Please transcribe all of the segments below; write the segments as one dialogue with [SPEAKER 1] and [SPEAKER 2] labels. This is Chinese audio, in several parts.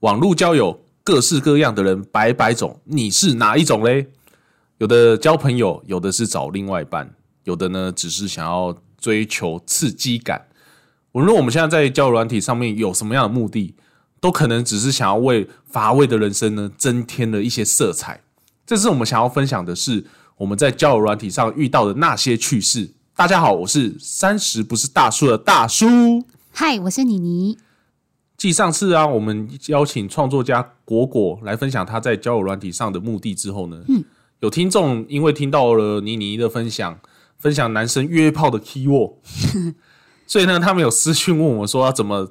[SPEAKER 1] 网络交友，各式各样的人，百百种，你是哪一种嘞？有的交朋友，有的是找另外一半，有的呢只是想要追求刺激感。无论我们现在在交友软体上面有什么样的目的，都可能只是想要为乏味的人生呢增添了一些色彩。这次我们想要分享的是我们在交友软体上遇到的那些趣事。大家好，我是三十不是大叔的大叔。
[SPEAKER 2] 嗨，我是妮妮。
[SPEAKER 1] 继上次啊，我们邀请创作家果果来分享他在交友软体上的目的之后呢，嗯，有听众因为听到了妮妮的分享，分享男生约炮的 key word，所以呢，他们有私讯问我说要怎么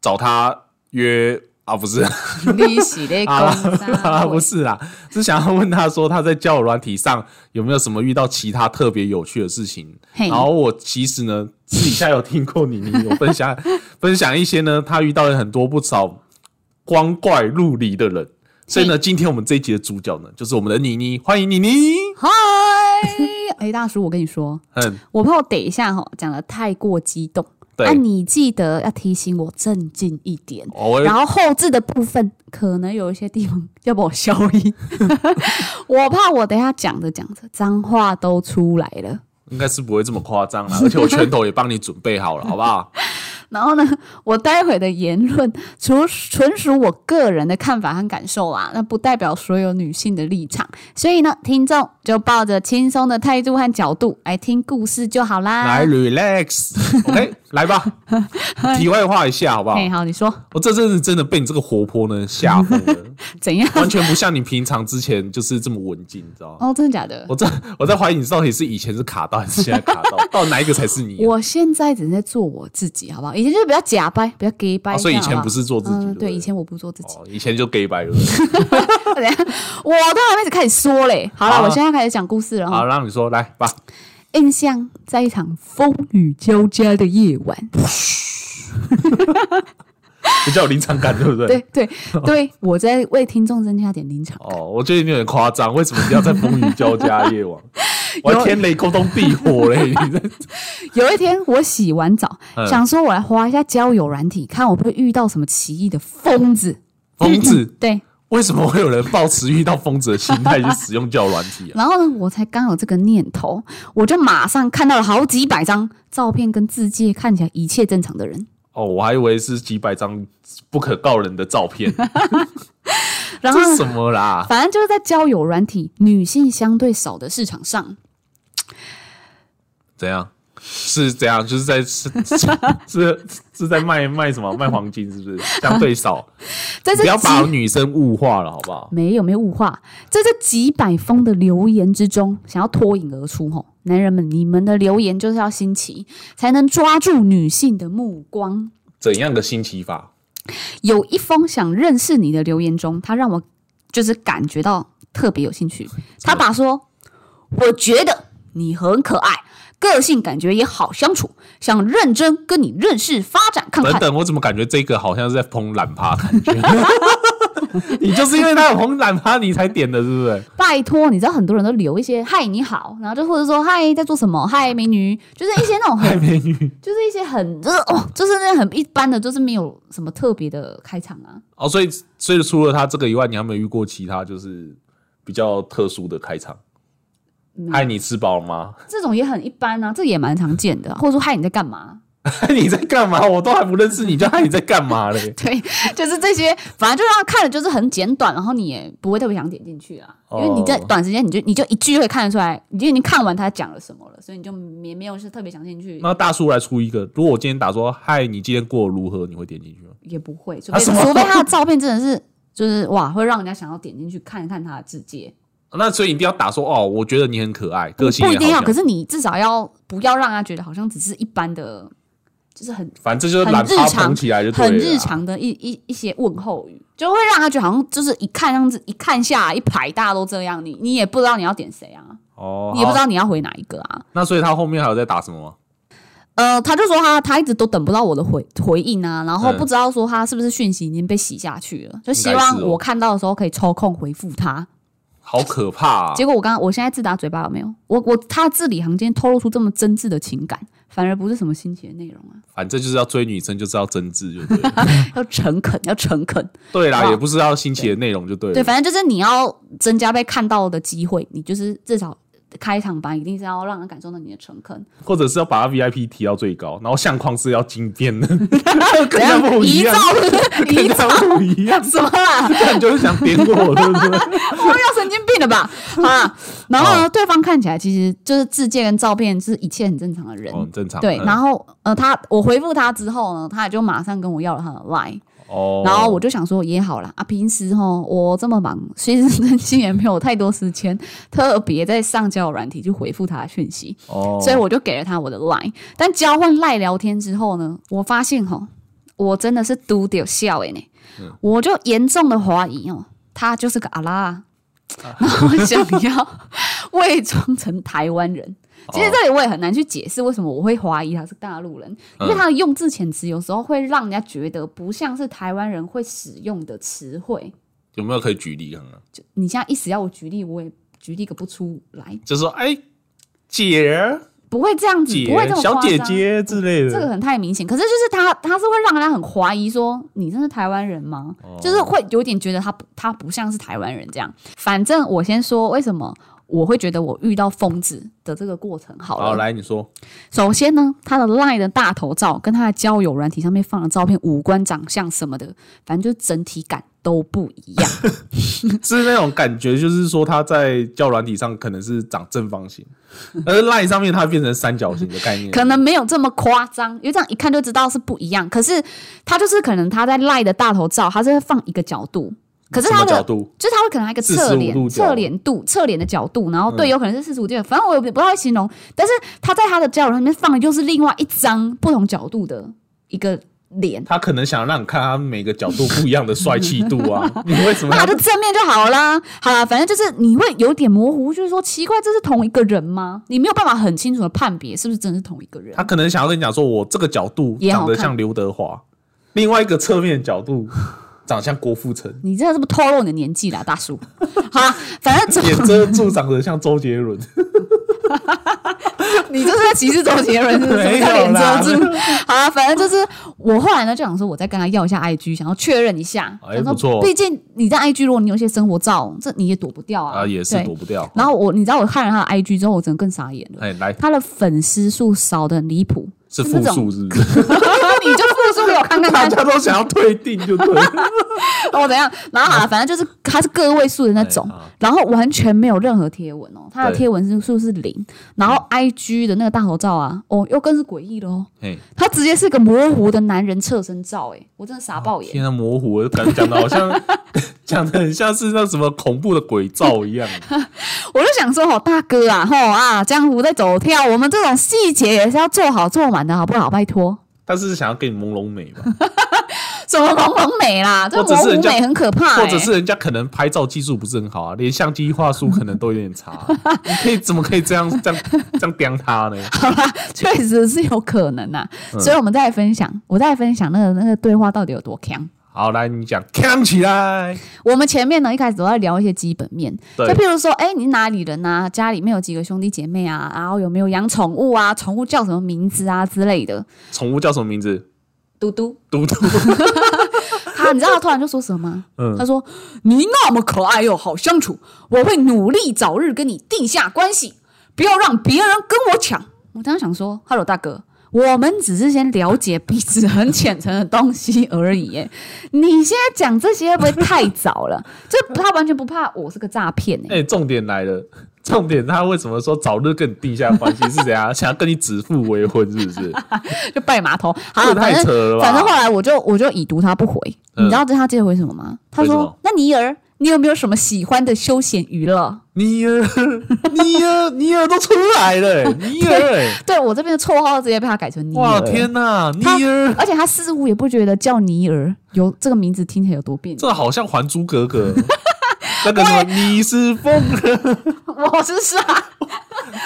[SPEAKER 1] 找他约啊？不是
[SPEAKER 2] 哦你是 在
[SPEAKER 1] 啊啦，不是啦，是想要问他说他在交友软体上有没有什么遇到其他特别有趣的事情？
[SPEAKER 2] 嘿
[SPEAKER 1] 然后我其实呢，私底下有听过你，你有分 享分享一些呢，他遇到了很多不少光怪陆离的人。所以呢，今天我们这一集的主角呢，就是我们的妮妮，欢迎妮妮。
[SPEAKER 2] 嗨，哎，大叔，我跟你说，
[SPEAKER 1] 嗯，
[SPEAKER 2] 我怕我等一下哈、讲的太过激动，
[SPEAKER 1] 对
[SPEAKER 2] 啊，你记得要提醒我镇静一点。
[SPEAKER 1] 哦我
[SPEAKER 2] 然后后置的部分可能有一些地方要把我消音， 我怕我等一下讲着讲着脏话都出来了。
[SPEAKER 1] 应该是不会这么夸 张啦，而且我拳头也帮你准备好了，好不好？
[SPEAKER 2] 然后呢， 我待会的言论 除纯属我个人的看法和感受啦，那不代表所有女性的立场。所以呢，听众就抱着轻松的态度和角度来听故事就好啦
[SPEAKER 1] 来。relax，OK，、来 吧，题外话一下好不好？
[SPEAKER 2] 嘿，好，你说
[SPEAKER 1] 我这阵子真的被你这个活泼呢吓疯了，
[SPEAKER 2] 怎样？
[SPEAKER 1] 完全不像你平常之前就是这么文静，你知道吗？
[SPEAKER 2] 哦，真的假的？
[SPEAKER 1] 我在我在怀疑你到底是以前是卡到还是现在卡到，到底哪一个才是你啊、
[SPEAKER 2] 我现在只是在做我自己，好不好？以前就是比较假掰，比较 gay 掰、
[SPEAKER 1] 啊所以以前不
[SPEAKER 2] 是
[SPEAKER 1] 是做自己，
[SPEAKER 2] 嗯，
[SPEAKER 1] 对
[SPEAKER 2] 对，
[SPEAKER 1] 不
[SPEAKER 2] 以前我不做自己，
[SPEAKER 1] 哦，以前就 gay 白了。对不对
[SPEAKER 2] 等一下我都还没开始说嘞。好
[SPEAKER 1] 好
[SPEAKER 2] 了，
[SPEAKER 1] 啊
[SPEAKER 2] 我现在开始讲故事了哈
[SPEAKER 1] 好，。让你说来吧，
[SPEAKER 2] 印象在一场风雨交加的夜晚，
[SPEAKER 1] 比较有临场感，对不对？
[SPEAKER 2] 对对对，我在为听众增加点临场感。
[SPEAKER 1] 哦，我觉得你有点夸张，为什么你要在风雨交加的夜 晚？我还天雷勾动地火嘞！你在
[SPEAKER 2] 有一天我洗完澡，
[SPEAKER 1] 嗯
[SPEAKER 2] 想说我来划一下交友软体，看我会不会遇到什么奇异的疯子。
[SPEAKER 1] 疯子
[SPEAKER 2] 对，
[SPEAKER 1] 为什么会有人抱持遇到疯子的心态去使用交友软体啊？
[SPEAKER 2] 然后呢，我才刚有这个念头，我就马上看到了好几百张照片跟字界看起来一切正常的人。
[SPEAKER 1] 哦，我还以为是几百张不可告人的照 片，
[SPEAKER 2] 然后
[SPEAKER 1] 这
[SPEAKER 2] 呢
[SPEAKER 1] 是什么啦？
[SPEAKER 2] 反正就是在交友软体女性相对少的市场上，
[SPEAKER 1] 怎样？是怎样？就是在是是是是在卖卖什么？卖黄金是不是？相对 少，
[SPEAKER 2] 在这
[SPEAKER 1] 不要
[SPEAKER 2] 几
[SPEAKER 1] 把女生物化了，好不好？
[SPEAKER 2] 没有没有物化，在这几百封的留言之中，想要脱颖而出吼，男人们，你们的留言就是要新奇，才能抓住女性的目光。
[SPEAKER 1] 怎样的新奇法？
[SPEAKER 2] 有一封想认识你的留言中，他让我就是感觉到特别有兴趣。他把说，我觉得你很可爱，个性感觉也好相处，想认真跟你认识发展看
[SPEAKER 1] 等
[SPEAKER 2] 看。
[SPEAKER 1] 等，我怎么感觉这个好像是在捧懒趴的感觉？ 你就是因为他有捧懒趴，你才点的，是不是？
[SPEAKER 2] 拜托，你知道很多人都留一些“嗨，你好”，然后就或者说“嗨，在做什么”，“嗨，美女”，就是一些那种很
[SPEAKER 1] 爱美女
[SPEAKER 2] 就是一些很就是哦，就是那很一般的，就是没有什么特别的开场啊。
[SPEAKER 1] 哦，所以所以除了他这个以外，你还没有遇过其他就是比较特殊的开场？嗨，你吃饱了 吗？
[SPEAKER 2] 这种也很一般啊，这也蛮常见的啊、或者说嗨你在干嘛？
[SPEAKER 1] 嗨，你在干嘛？我都还不认识你，就嗨你在干嘛嘞？
[SPEAKER 2] 对，就是这些，反正就让他看了就是很简短，然后你也不会特别想点进去啊，因为你在
[SPEAKER 1] 哦
[SPEAKER 2] 短时间你就你就一句就会看得出来，你就已经看完他讲了什么了，所以你就也没有是特别想进去，
[SPEAKER 1] 那大叔来出一个，如果我今天打说“嗨，你今天过得如何”，你会点进去吗？
[SPEAKER 2] 也不会，除
[SPEAKER 1] 啊
[SPEAKER 2] 非、
[SPEAKER 1] 什么
[SPEAKER 2] 除非他的照片真的是就是哇，会让人家想要点进去看一看他的字界，
[SPEAKER 1] 那所以你一定要打说“哦，我觉得你很可爱，个性
[SPEAKER 2] 不
[SPEAKER 1] 也
[SPEAKER 2] 一定要，
[SPEAKER 1] 好
[SPEAKER 2] 可
[SPEAKER 1] 讲”。
[SPEAKER 2] 是你至少要不要让他觉得好像只是一般的，就是很
[SPEAKER 1] 反正就是
[SPEAKER 2] 很
[SPEAKER 1] 懒趴
[SPEAKER 2] 日常
[SPEAKER 1] 捧起来就对了
[SPEAKER 2] 很
[SPEAKER 1] 啦
[SPEAKER 2] 日。常的一一一些问候语，就会让他觉得好像就是一看样子，一看下来一排大家都这样，你你也不知道你要点谁啊，
[SPEAKER 1] 哦，
[SPEAKER 2] 你也不知
[SPEAKER 1] 好。
[SPEAKER 2] 道你要回哪一个啊。
[SPEAKER 1] 那所以他后面还有在打什么吗？
[SPEAKER 2] 呃，他就说他他一直都等不到我的回回应啊，然后
[SPEAKER 1] 嗯
[SPEAKER 2] 不知道说他是不是讯息已经被洗下去了，就希
[SPEAKER 1] 应该
[SPEAKER 2] 望
[SPEAKER 1] 是哦
[SPEAKER 2] 我看到的时候可以抽空回复他。
[SPEAKER 1] 好可怕、啊！
[SPEAKER 2] 结果我刚刚，我现在自打嘴巴了没有？我我他字里行间透露出这么真挚的情感，反而不是什么新奇的内容啊，
[SPEAKER 1] 反正就是要追女生，就是要真挚，就对了。
[SPEAKER 2] 要诚恳，要诚恳。
[SPEAKER 1] 对啦，
[SPEAKER 2] 哇
[SPEAKER 1] 也不是要新奇的内容，就对了。
[SPEAKER 2] 对，反正就是你要增加被看到的机会，你就是至少开场白一定是要让人感受到你的诚恳，
[SPEAKER 1] 或者是要把它 VIP 提到最高，然后相框是要金边 的，
[SPEAKER 2] 怎
[SPEAKER 1] 跟他不一
[SPEAKER 2] 遗
[SPEAKER 1] 样，
[SPEAKER 2] 照遗
[SPEAKER 1] 跟
[SPEAKER 2] 照
[SPEAKER 1] 他不一样。
[SPEAKER 2] 什么啦？
[SPEAKER 1] 那你就是想点我，对 不对？
[SPEAKER 2] 我要神经病了吧？啊，然后呢，对方看起来其实就是自介跟照片是一切很正常的人。
[SPEAKER 1] 哦，很正常。
[SPEAKER 2] 对，
[SPEAKER 1] 嗯
[SPEAKER 2] 然后呃，他我回复他之后呢，他也就马上跟我要了他的 line，、
[SPEAKER 1] 哦，
[SPEAKER 2] 然后我就想说也好啦，啊，平时吼我这么忙，其实真心也没有太多时间，特别在上交友软体去回复他的讯息，
[SPEAKER 1] 哦，
[SPEAKER 2] 所以我就给了他我的 line。但交换 line 聊天之后呢，我发现吼，我真的是嘟掉笑诶呢，
[SPEAKER 1] 嗯
[SPEAKER 2] 我就严重的怀疑哦，他就是个阿拉啊，然后想要 伪装成台湾人。
[SPEAKER 1] 哦
[SPEAKER 2] 其实这里我也很难去解释为什么我会怀疑他是大陆人，
[SPEAKER 1] 嗯
[SPEAKER 2] 因为他的用字遣词有时候会让人家觉得不像是台湾人会使用的词汇。
[SPEAKER 1] 有没有可以举例看看？
[SPEAKER 2] 就你现在一时要我举例，我也举例个不出来，
[SPEAKER 1] 就说哎，姐儿
[SPEAKER 2] 不会这样子，
[SPEAKER 1] 姐
[SPEAKER 2] 嗯不会这么
[SPEAKER 1] 小
[SPEAKER 2] 夸
[SPEAKER 1] 姐
[SPEAKER 2] 张啊嗯
[SPEAKER 1] 姐之类的，
[SPEAKER 2] 这个很太明显。可是就是他，他是会让人家很怀疑说你真是台湾人吗？
[SPEAKER 1] 哦
[SPEAKER 2] 就是会有点觉得他不他不像是台湾人这样。反正我先说为什么。我会觉得我遇到疯子的这个过程好了。
[SPEAKER 1] 好来，你说
[SPEAKER 2] 首先呢，他的 LINE 的大头照跟他的交友软体上面放的照片、五官、长相什么的，反正就整体感都不一 样。
[SPEAKER 1] 是那种感觉，就是说他在教软体上可能是长正方形， 而 line 上面它变成三角形的概念，
[SPEAKER 2] 可能没有这么夸张，因为这样一看就知道是不一样。可是他就是可能他在赖的大头照，他是会放一个角度，可是
[SPEAKER 1] 什
[SPEAKER 2] 他
[SPEAKER 1] 么
[SPEAKER 2] 的
[SPEAKER 1] 角度？
[SPEAKER 2] 就是他会可能还有一个
[SPEAKER 1] 45
[SPEAKER 2] 侧
[SPEAKER 1] 度
[SPEAKER 2] 脸、
[SPEAKER 1] 角嗯
[SPEAKER 2] 侧脸度、侧脸的角度，然后对，有可能是四十五度，反正我也不太形容。但是他在他的交友上面放的又是另外一张不同角度的一个脸，
[SPEAKER 1] 他可能想让你看他每个角度不一样的帅气度 啊！你为什么
[SPEAKER 2] 那
[SPEAKER 1] 要
[SPEAKER 2] 就正面就好啦。好啦，反正就是你会有点模糊，就是说奇怪，这是同一个人吗？你没有办法很清楚的判别是不是真的是同一个人
[SPEAKER 1] 他。可能想要跟你讲说，我这个角度
[SPEAKER 2] 也好
[SPEAKER 1] 长
[SPEAKER 2] 看
[SPEAKER 1] 得像刘德华，另外一个侧面角度长得像郭富城，
[SPEAKER 2] 你真的是不透露你的年纪啦，大叔。好啦，反正总
[SPEAKER 1] 眼遮住长得像周杰 伦，
[SPEAKER 2] 你就是在歧视周杰伦，是不是？
[SPEAKER 1] 没有
[SPEAKER 2] 他脸
[SPEAKER 1] 啦
[SPEAKER 2] 遮住。好了，反正就是我后来呢就想说，我再跟他要一下 IG，想要确认一下。
[SPEAKER 1] 哎
[SPEAKER 2] 想说
[SPEAKER 1] 不错
[SPEAKER 2] 毕竟你在 IG，如果你有一些生活照，这你也躲不掉啊。
[SPEAKER 1] 啊，也是
[SPEAKER 2] 对
[SPEAKER 1] 躲不掉。
[SPEAKER 2] 然后我，你知道我看了他的 IG 之后，我整个更傻眼了。
[SPEAKER 1] 哎，来
[SPEAKER 2] 他的粉丝数少的很离谱，
[SPEAKER 1] 是
[SPEAKER 2] 是那
[SPEAKER 1] 复数
[SPEAKER 2] 种
[SPEAKER 1] 是不是？
[SPEAKER 2] 你就复述给我看 看
[SPEAKER 1] 大
[SPEAKER 2] 他
[SPEAKER 1] 家都想要退订就对了，
[SPEAKER 2] 哦怎样。然后好了，反正就是他是个位数的 那种
[SPEAKER 1] 哎啊，
[SPEAKER 2] 然后完全没有任何贴文哦，他的
[SPEAKER 1] 对
[SPEAKER 2] 贴文是数是零。然后 IG 的那个大头照啊，哦又更是诡异了哦。
[SPEAKER 1] 哎，
[SPEAKER 2] 他直接是个模糊的男人侧身照、欸，我真的傻爆眼。
[SPEAKER 1] 天啊，模糊，感觉讲的好像 讲的很像是那什么恐怖的鬼照 一样。
[SPEAKER 2] 我就想说，哦，大哥啊，吼啊，江湖在走跳，我们这种细节也是要做好做满的，好不好？拜托，
[SPEAKER 1] 但是想要给你朦胧美 吧，
[SPEAKER 2] 什么萌萌美啦，这
[SPEAKER 1] 或者
[SPEAKER 2] 种
[SPEAKER 1] 是
[SPEAKER 2] 模糊
[SPEAKER 1] 人家
[SPEAKER 2] 美很可怕、欸，
[SPEAKER 1] 或者是人家可能拍照技术不是很好啊，连相机画术可能都有点 差。你可以怎么可以这样这样这样刁他呢？
[SPEAKER 2] 确实是有可能呐、啊
[SPEAKER 1] 嗯
[SPEAKER 2] 所以我们再来分享，我再来分享那个那个对话到底有多强。
[SPEAKER 1] 好，来你讲，扛起来。
[SPEAKER 2] 我们前面呢一开始都在聊一些基本面，就
[SPEAKER 1] 对
[SPEAKER 2] 譬如说，哎、你哪里人啊？家里面有几个兄弟姐妹啊？然后有没有养宠物啊？宠物叫什么名字啊之类的？
[SPEAKER 1] 宠物叫什么名字？
[SPEAKER 2] 嘟嘟。
[SPEAKER 1] 嘟 嘟。
[SPEAKER 2] 啊他，你知道他突然就说什么吗？
[SPEAKER 1] 嗯
[SPEAKER 2] 他说：“你那么可爱又好相处，我会努力早日跟你定下关系，不要让别人跟我抢。”我当时想说：“Hello，大哥。”我们只是先了解彼此很浅层的东西而已，耶！你现在讲这些会不会太早了？ 这他完全不怕我是个诈骗哎
[SPEAKER 1] 哎、，重点来了，重点他为什么说早日跟你定下关系是怎样？想要跟你指腹为婚是不是？
[SPEAKER 2] 就拜码头。好
[SPEAKER 1] 哎这
[SPEAKER 2] 了，
[SPEAKER 1] 也
[SPEAKER 2] 反
[SPEAKER 1] 太
[SPEAKER 2] 正
[SPEAKER 1] 扯了吧！
[SPEAKER 2] 反正后来我就我就已读他不回，
[SPEAKER 1] 嗯
[SPEAKER 2] 你知道这他接着回什么吗？他
[SPEAKER 1] 回什
[SPEAKER 2] 说
[SPEAKER 1] 么：“
[SPEAKER 2] 那尼尔，你有没有什么喜欢的休闲娱乐？”
[SPEAKER 1] 尼尔，尼尔，尼尔都出来了、 欸，尼尔、欸，
[SPEAKER 2] 对我这边的绰号直接被他改成尼尔。
[SPEAKER 1] 哇天哪，尼
[SPEAKER 2] 他
[SPEAKER 1] 尔，
[SPEAKER 2] 而且他似乎也不觉得叫尼尔有这个名字听起来有多别扭。
[SPEAKER 1] 这好像《还珠 格格》那个什么，你是风，
[SPEAKER 2] 我是傻，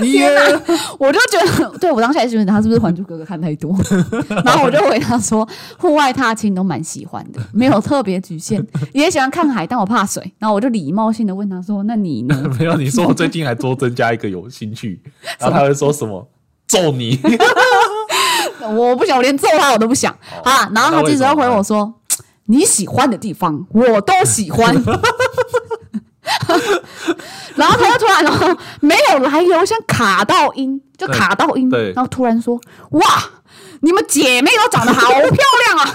[SPEAKER 1] 你也
[SPEAKER 2] 啊我就觉得，对我当下也是觉得他是不是《还珠格格》看太 多，然后我就回他说，户外踏青都蛮喜欢的，没有特别局限，也喜欢看海，但我怕水。然后我就礼貌性的问他说，那你呢？
[SPEAKER 1] 没有，你说我最近还多增加一个有兴趣，然后他会 说什么揍 你？
[SPEAKER 2] 我不想，我连揍他我都不想
[SPEAKER 1] 哦
[SPEAKER 2] 啊。然后他接着又回我
[SPEAKER 1] 嗯
[SPEAKER 2] 说，你喜欢的地方我都喜欢。 然后他就突然，然后没有来由，像卡到音，就
[SPEAKER 1] 对
[SPEAKER 2] 卡到音
[SPEAKER 1] 对，
[SPEAKER 2] 然后突然说：“哇，你们姐妹都长得好漂亮啊！”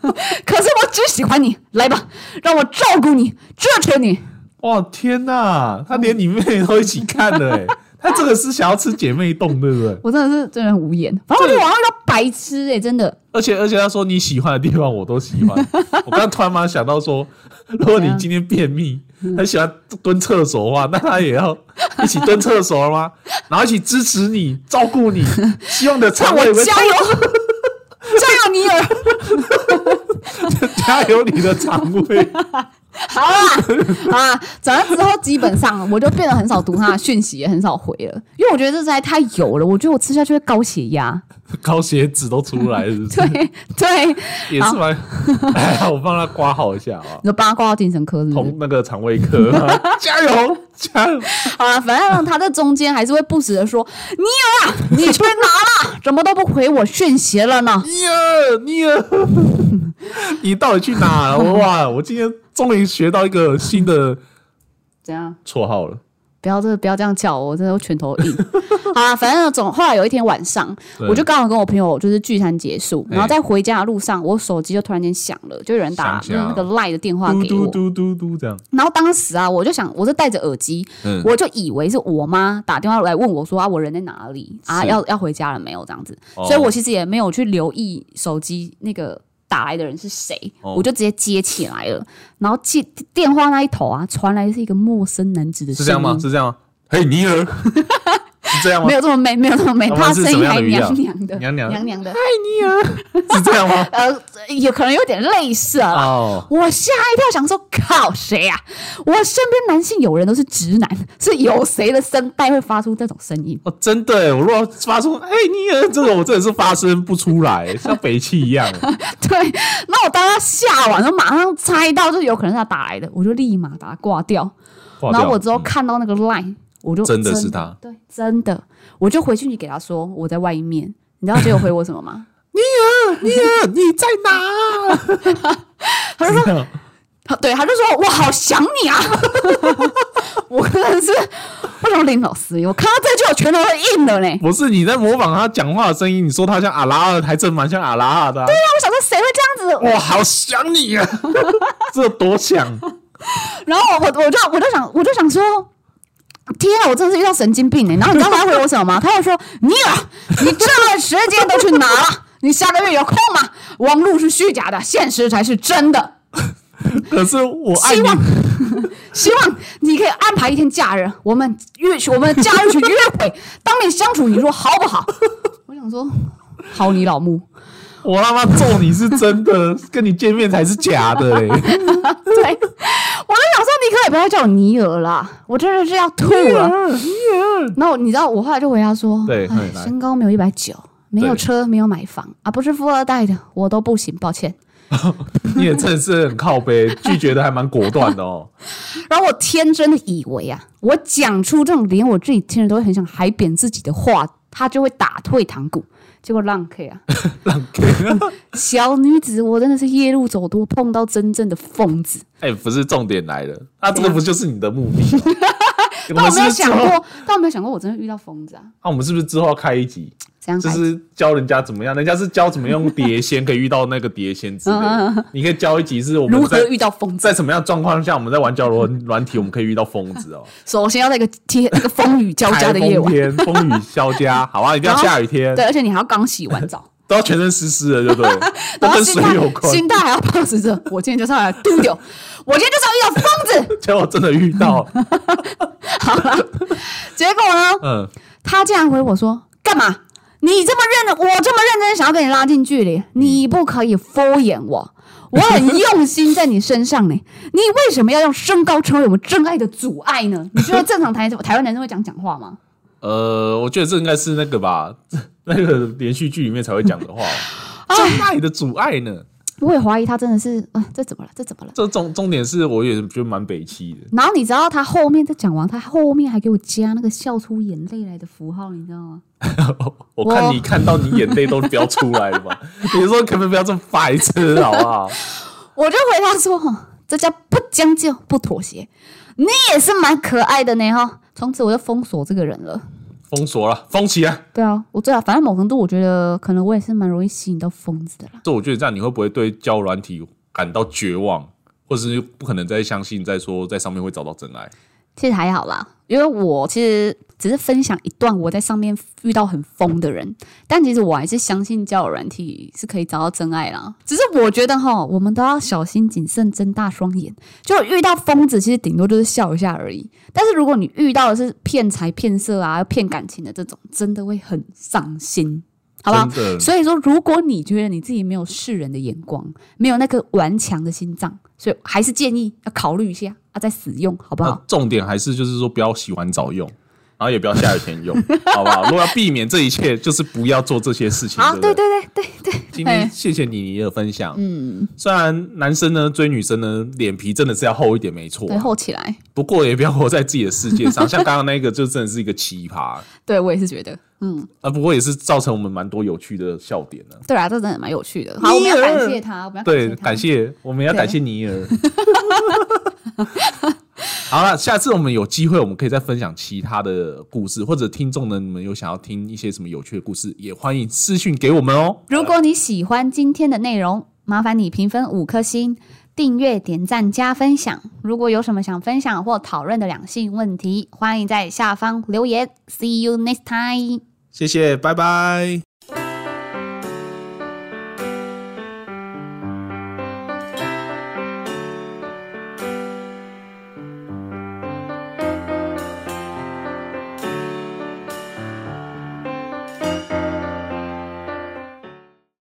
[SPEAKER 2] 可是我只喜欢你，来吧，让我照顾你，支持你。
[SPEAKER 1] 哇天哪，他连你妹都一起看了、 欸，他这个是想要吃姐妹冻，对不对？
[SPEAKER 2] 我真的是真的很无言，反正我就
[SPEAKER 1] 对
[SPEAKER 2] 网上叫白痴哎、真的。
[SPEAKER 1] 而且而且他说你喜欢的地方我都喜欢。我刚刚突然马上想到说，如果你今天便秘，很喜欢蹲厕所的话，那他也要一起蹲厕所了吗？然后一起支持你、照顾你，希望你的
[SPEAKER 2] 让
[SPEAKER 1] 肠
[SPEAKER 2] 我
[SPEAKER 1] 胃会
[SPEAKER 2] 加油， 加油，尼尔，
[SPEAKER 1] 加油你的肠胃。
[SPEAKER 2] 好啦，啊，长大之后基本上我就变得很少读他的讯息，也很少回了，因为我觉得这实在太油了，我觉得我吃下去会高血 压。
[SPEAKER 1] 高血脂都出来了，是不是？
[SPEAKER 2] 对对，
[SPEAKER 1] 也是蛮，哎呀，我帮他刮好一下啊，
[SPEAKER 2] 你就帮他挂到精神科是不
[SPEAKER 1] 同
[SPEAKER 2] 是？
[SPEAKER 1] 那个肠胃科，啊加油加油！
[SPEAKER 2] 好了，反正他在中间还是会不时的说：“尼尔啊，你去哪了？怎么都不回我讯息了呢
[SPEAKER 1] 你儿你儿，你到底去哪了？哇！我今天终于学到一个新的？”
[SPEAKER 2] 怎样？
[SPEAKER 1] 绰号了。
[SPEAKER 2] 不要这不要这样叫我，我真的我拳头 硬。好啦，反正总后来有一天晚上，
[SPEAKER 1] 对
[SPEAKER 2] 我就刚好跟我朋友就是聚餐结束，
[SPEAKER 1] 哎
[SPEAKER 2] 然后在回家的路上，我手机就突然间响了，就有人打
[SPEAKER 1] 响起来
[SPEAKER 2] 那
[SPEAKER 1] 了
[SPEAKER 2] 个赖的电话
[SPEAKER 1] 嘟
[SPEAKER 2] 给
[SPEAKER 1] 嘟
[SPEAKER 2] 我。
[SPEAKER 1] 嘟嘟嘟这样，
[SPEAKER 2] 然后当时啊，我就想，我是戴着耳机，
[SPEAKER 1] 嗯，
[SPEAKER 2] 我就以为是我妈打电话来问我说啊，我人在哪里啊？
[SPEAKER 1] 是
[SPEAKER 2] 要要回家了没有？这样子，
[SPEAKER 1] 哦
[SPEAKER 2] 所以我其实也没有去留意手机那个打来的人是谁，
[SPEAKER 1] 哦
[SPEAKER 2] 我就直接接起来了。然后接电话那一头啊，传来是一个陌生男子的
[SPEAKER 1] 是
[SPEAKER 2] 声音，
[SPEAKER 1] 这样吗？是这样吗？嘿，尼尔， 是这样吗
[SPEAKER 2] 没？有这么美，没有这么美，
[SPEAKER 1] 他
[SPEAKER 2] 他
[SPEAKER 1] 们是
[SPEAKER 2] 声
[SPEAKER 1] 什么
[SPEAKER 2] 音
[SPEAKER 1] 样
[SPEAKER 2] 还
[SPEAKER 1] 的语调
[SPEAKER 2] 娘娘的，
[SPEAKER 1] 娘娘
[SPEAKER 2] 娘娘的，
[SPEAKER 1] 是这样 吗？
[SPEAKER 2] 呃，有可能有点类似啊。
[SPEAKER 1] 哦，
[SPEAKER 2] 我吓一跳，想说靠谁啊？我身边男性友人都是直男，是有谁的声带会发出这种声音？
[SPEAKER 1] 哦，真的耶，我如果发出哎尼尔这个，我真的是发声不出 来，像北汽一样。
[SPEAKER 2] 对，那我当时吓完，就马上猜到，就是有可能是他打来的，我就立马把他挂掉。
[SPEAKER 1] 挂
[SPEAKER 2] 然后
[SPEAKER 1] 掉嗯
[SPEAKER 2] 我之后看到那个 line，、我就
[SPEAKER 1] 真的是他，
[SPEAKER 2] 对，真的，我就回去你给他说我在外面，你知道结果回我什么吗？
[SPEAKER 1] 尼尔你在哪？
[SPEAKER 2] 他就说
[SPEAKER 1] 这样
[SPEAKER 2] 他对，他就说：“我好想你啊！” 我真的是为什么林老师？我看到这句我拳头都硬了呢。
[SPEAKER 1] 不是你在模仿他讲话的声音，你说他像阿拉尔，还真蛮像阿拉尔的啊。
[SPEAKER 2] 那我想说谁会这样子？
[SPEAKER 1] 我好想你啊， 这多想！
[SPEAKER 2] 然后我我我就我就想我就想说。天啊！我真的是遇到神经病哎、然后你知道他回我什么吗？他又说：“你啊，你这段时间都去哪了？你下个月有空吗？网络是虚假的，现实才是真的。
[SPEAKER 1] 可是我爱
[SPEAKER 2] 希
[SPEAKER 1] 你
[SPEAKER 2] 望，希望你可以安排一天假日，我们约去，我们假日去约会，当面相处，你说好不好？我想说，好你老木，
[SPEAKER 1] 我他妈揍你是真的， 跟你见面才是假的 嘞、
[SPEAKER 2] 对，我就想说，你可以不要叫我尼尔啦，我真的是要吐
[SPEAKER 1] 啊
[SPEAKER 2] 了。然后你知道，我后来就回答说，
[SPEAKER 1] 对
[SPEAKER 2] 哎
[SPEAKER 1] 嘿来
[SPEAKER 2] 身高没有一百九，没有
[SPEAKER 1] 对
[SPEAKER 2] 车，没有买房啊，不是富二代的，我都不行，抱歉。
[SPEAKER 1] 你也真的是很靠背，拒绝的还蛮果断的哦。
[SPEAKER 2] 然后我天真的以为啊，我讲出这种连我自己听了都会很想海扁自己的话，他就会打退堂鼓。结果浪 K 啊，浪 K，小女子，我真的是夜路走多，碰到真正的疯子。
[SPEAKER 1] 哎、不是重点来了，那、这个不就是你的目的 吗？我
[SPEAKER 2] 但我
[SPEAKER 1] 们是不
[SPEAKER 2] 没有
[SPEAKER 1] 是之
[SPEAKER 2] 想
[SPEAKER 1] 后，
[SPEAKER 2] 过，但我没有想过，我真的遇到疯子啊！
[SPEAKER 1] 那、我们是不是之后要开一集，
[SPEAKER 2] 怎样
[SPEAKER 1] 就
[SPEAKER 2] 开？
[SPEAKER 1] 是教人家怎么样？人家是教怎么用碟仙，可以遇到那个碟仙之类的。你可以教一集，是我们
[SPEAKER 2] 嗯如何
[SPEAKER 1] 在
[SPEAKER 2] 遇到疯子？
[SPEAKER 1] 在什么样的状况下，我们在玩交流软体，我们可以遇到疯子哦。
[SPEAKER 2] 首先要在一个天，那个风雨 交加
[SPEAKER 1] 台
[SPEAKER 2] 的
[SPEAKER 1] 风
[SPEAKER 2] 夜晚，
[SPEAKER 1] 天，风雨交加，好啊，一定要下雨天，
[SPEAKER 2] 对，而且你还要刚洗完澡，
[SPEAKER 1] 都要全身湿湿的，对 不对？
[SPEAKER 2] 然
[SPEAKER 1] 都
[SPEAKER 2] 后
[SPEAKER 1] 跟
[SPEAKER 2] 心
[SPEAKER 1] 水有
[SPEAKER 2] 态
[SPEAKER 1] 关。
[SPEAKER 2] 心态还要保持着，我今天就是要来丢丢，我今天就是要遇到疯子。
[SPEAKER 1] 结果真的遇到，
[SPEAKER 2] 结果呢，
[SPEAKER 1] 嗯，
[SPEAKER 2] 他竟然回我说：“干嘛？你这么认真，我这么认真想要跟你拉近距离，你不可以敷衍我。我很用心在你身上呢， 你为什么要用身高成为我们真爱的阻碍呢？你觉得正常台台湾男生会讲讲话吗？
[SPEAKER 1] 呃，我觉得这应该是那个吧， 那个连续剧里面才会讲的 话，
[SPEAKER 2] 啊
[SPEAKER 1] 真爱的阻碍呢。
[SPEAKER 2] 我也怀疑他真的是，啊，这怎么了？这怎么了？
[SPEAKER 1] 这重重点是，我也觉得蛮北气的。
[SPEAKER 2] 然后你知道他后面在讲完，他后面还给我加那个笑出眼泪来的符号，你知道吗？
[SPEAKER 1] 我看
[SPEAKER 2] 我
[SPEAKER 1] 你看到你眼泪都飙出来 了吧？你说可不可以不要这么白痴好不好？
[SPEAKER 2] 我就回答说：“哈，这叫不将就，不妥协。你也是蛮可爱的呢，哈。”从此我就封锁这个人了。
[SPEAKER 1] 封锁了，封起来。
[SPEAKER 2] 对啊，我最好，反正某程度我觉得可能我也是蛮容易吸引到疯子的啦。
[SPEAKER 1] 这我觉得这样你会不会对交友软体感到绝望，或者是不可能再相信再说在上面会找到真爱？
[SPEAKER 2] 其实还好啦，因为我其实只是分享一段我在上面遇到很疯的人，但其实我还是相信交友软体是可以找到真爱啦。只是我觉得哈，我们都要小心谨慎，睁大双眼。就遇到疯子，其实顶多就是笑一下而已。但是如果你遇到的是骗财骗色啊、骗感情的这种，真的会很伤心，好不好？
[SPEAKER 1] 真的，
[SPEAKER 2] 所以说，如果你觉得你自己没有世人的眼光，没有那个顽强的心脏，所以还是建议要考虑一下啊，再使用好不好
[SPEAKER 1] 那？重点还是就是说不要洗完澡用，然后也不要下雨天 用，好不好？如果要避免这一切，就是不要做这些事情。
[SPEAKER 2] 好，
[SPEAKER 1] 不
[SPEAKER 2] 啊对对对对，
[SPEAKER 1] 今天
[SPEAKER 2] 哎
[SPEAKER 1] 谢谢你你的分享。嗯，虽然男生呢追女生呢脸皮真的是要厚一点，没错啊
[SPEAKER 2] 对，厚起来。
[SPEAKER 1] 不过也不要活在自己的世界 上。像刚刚那个就真的是一个奇葩
[SPEAKER 2] 对我也是觉得，
[SPEAKER 1] 啊，不过也是造成我们蛮多有趣的笑点呢、
[SPEAKER 2] 对啊，这真的蛮有趣的。好，我们要感谢他，我们要
[SPEAKER 1] 对，
[SPEAKER 2] 感
[SPEAKER 1] 感
[SPEAKER 2] 谢
[SPEAKER 1] 谢我们要
[SPEAKER 2] 对
[SPEAKER 1] 感谢尼尔。 好了，下次我们有机会，我们可以再分享其他的故事，或者听众呢，你们有想要听一些什么有趣的故事，也欢迎私讯给我们哦。
[SPEAKER 2] 他。如果你喜欢今天的内容，麻烦你评分五颗星。订阅、点赞、加分享。如果有什么想分享或讨论的两性问题，欢迎在下方留言。See you next time.
[SPEAKER 1] 谢谢，拜拜。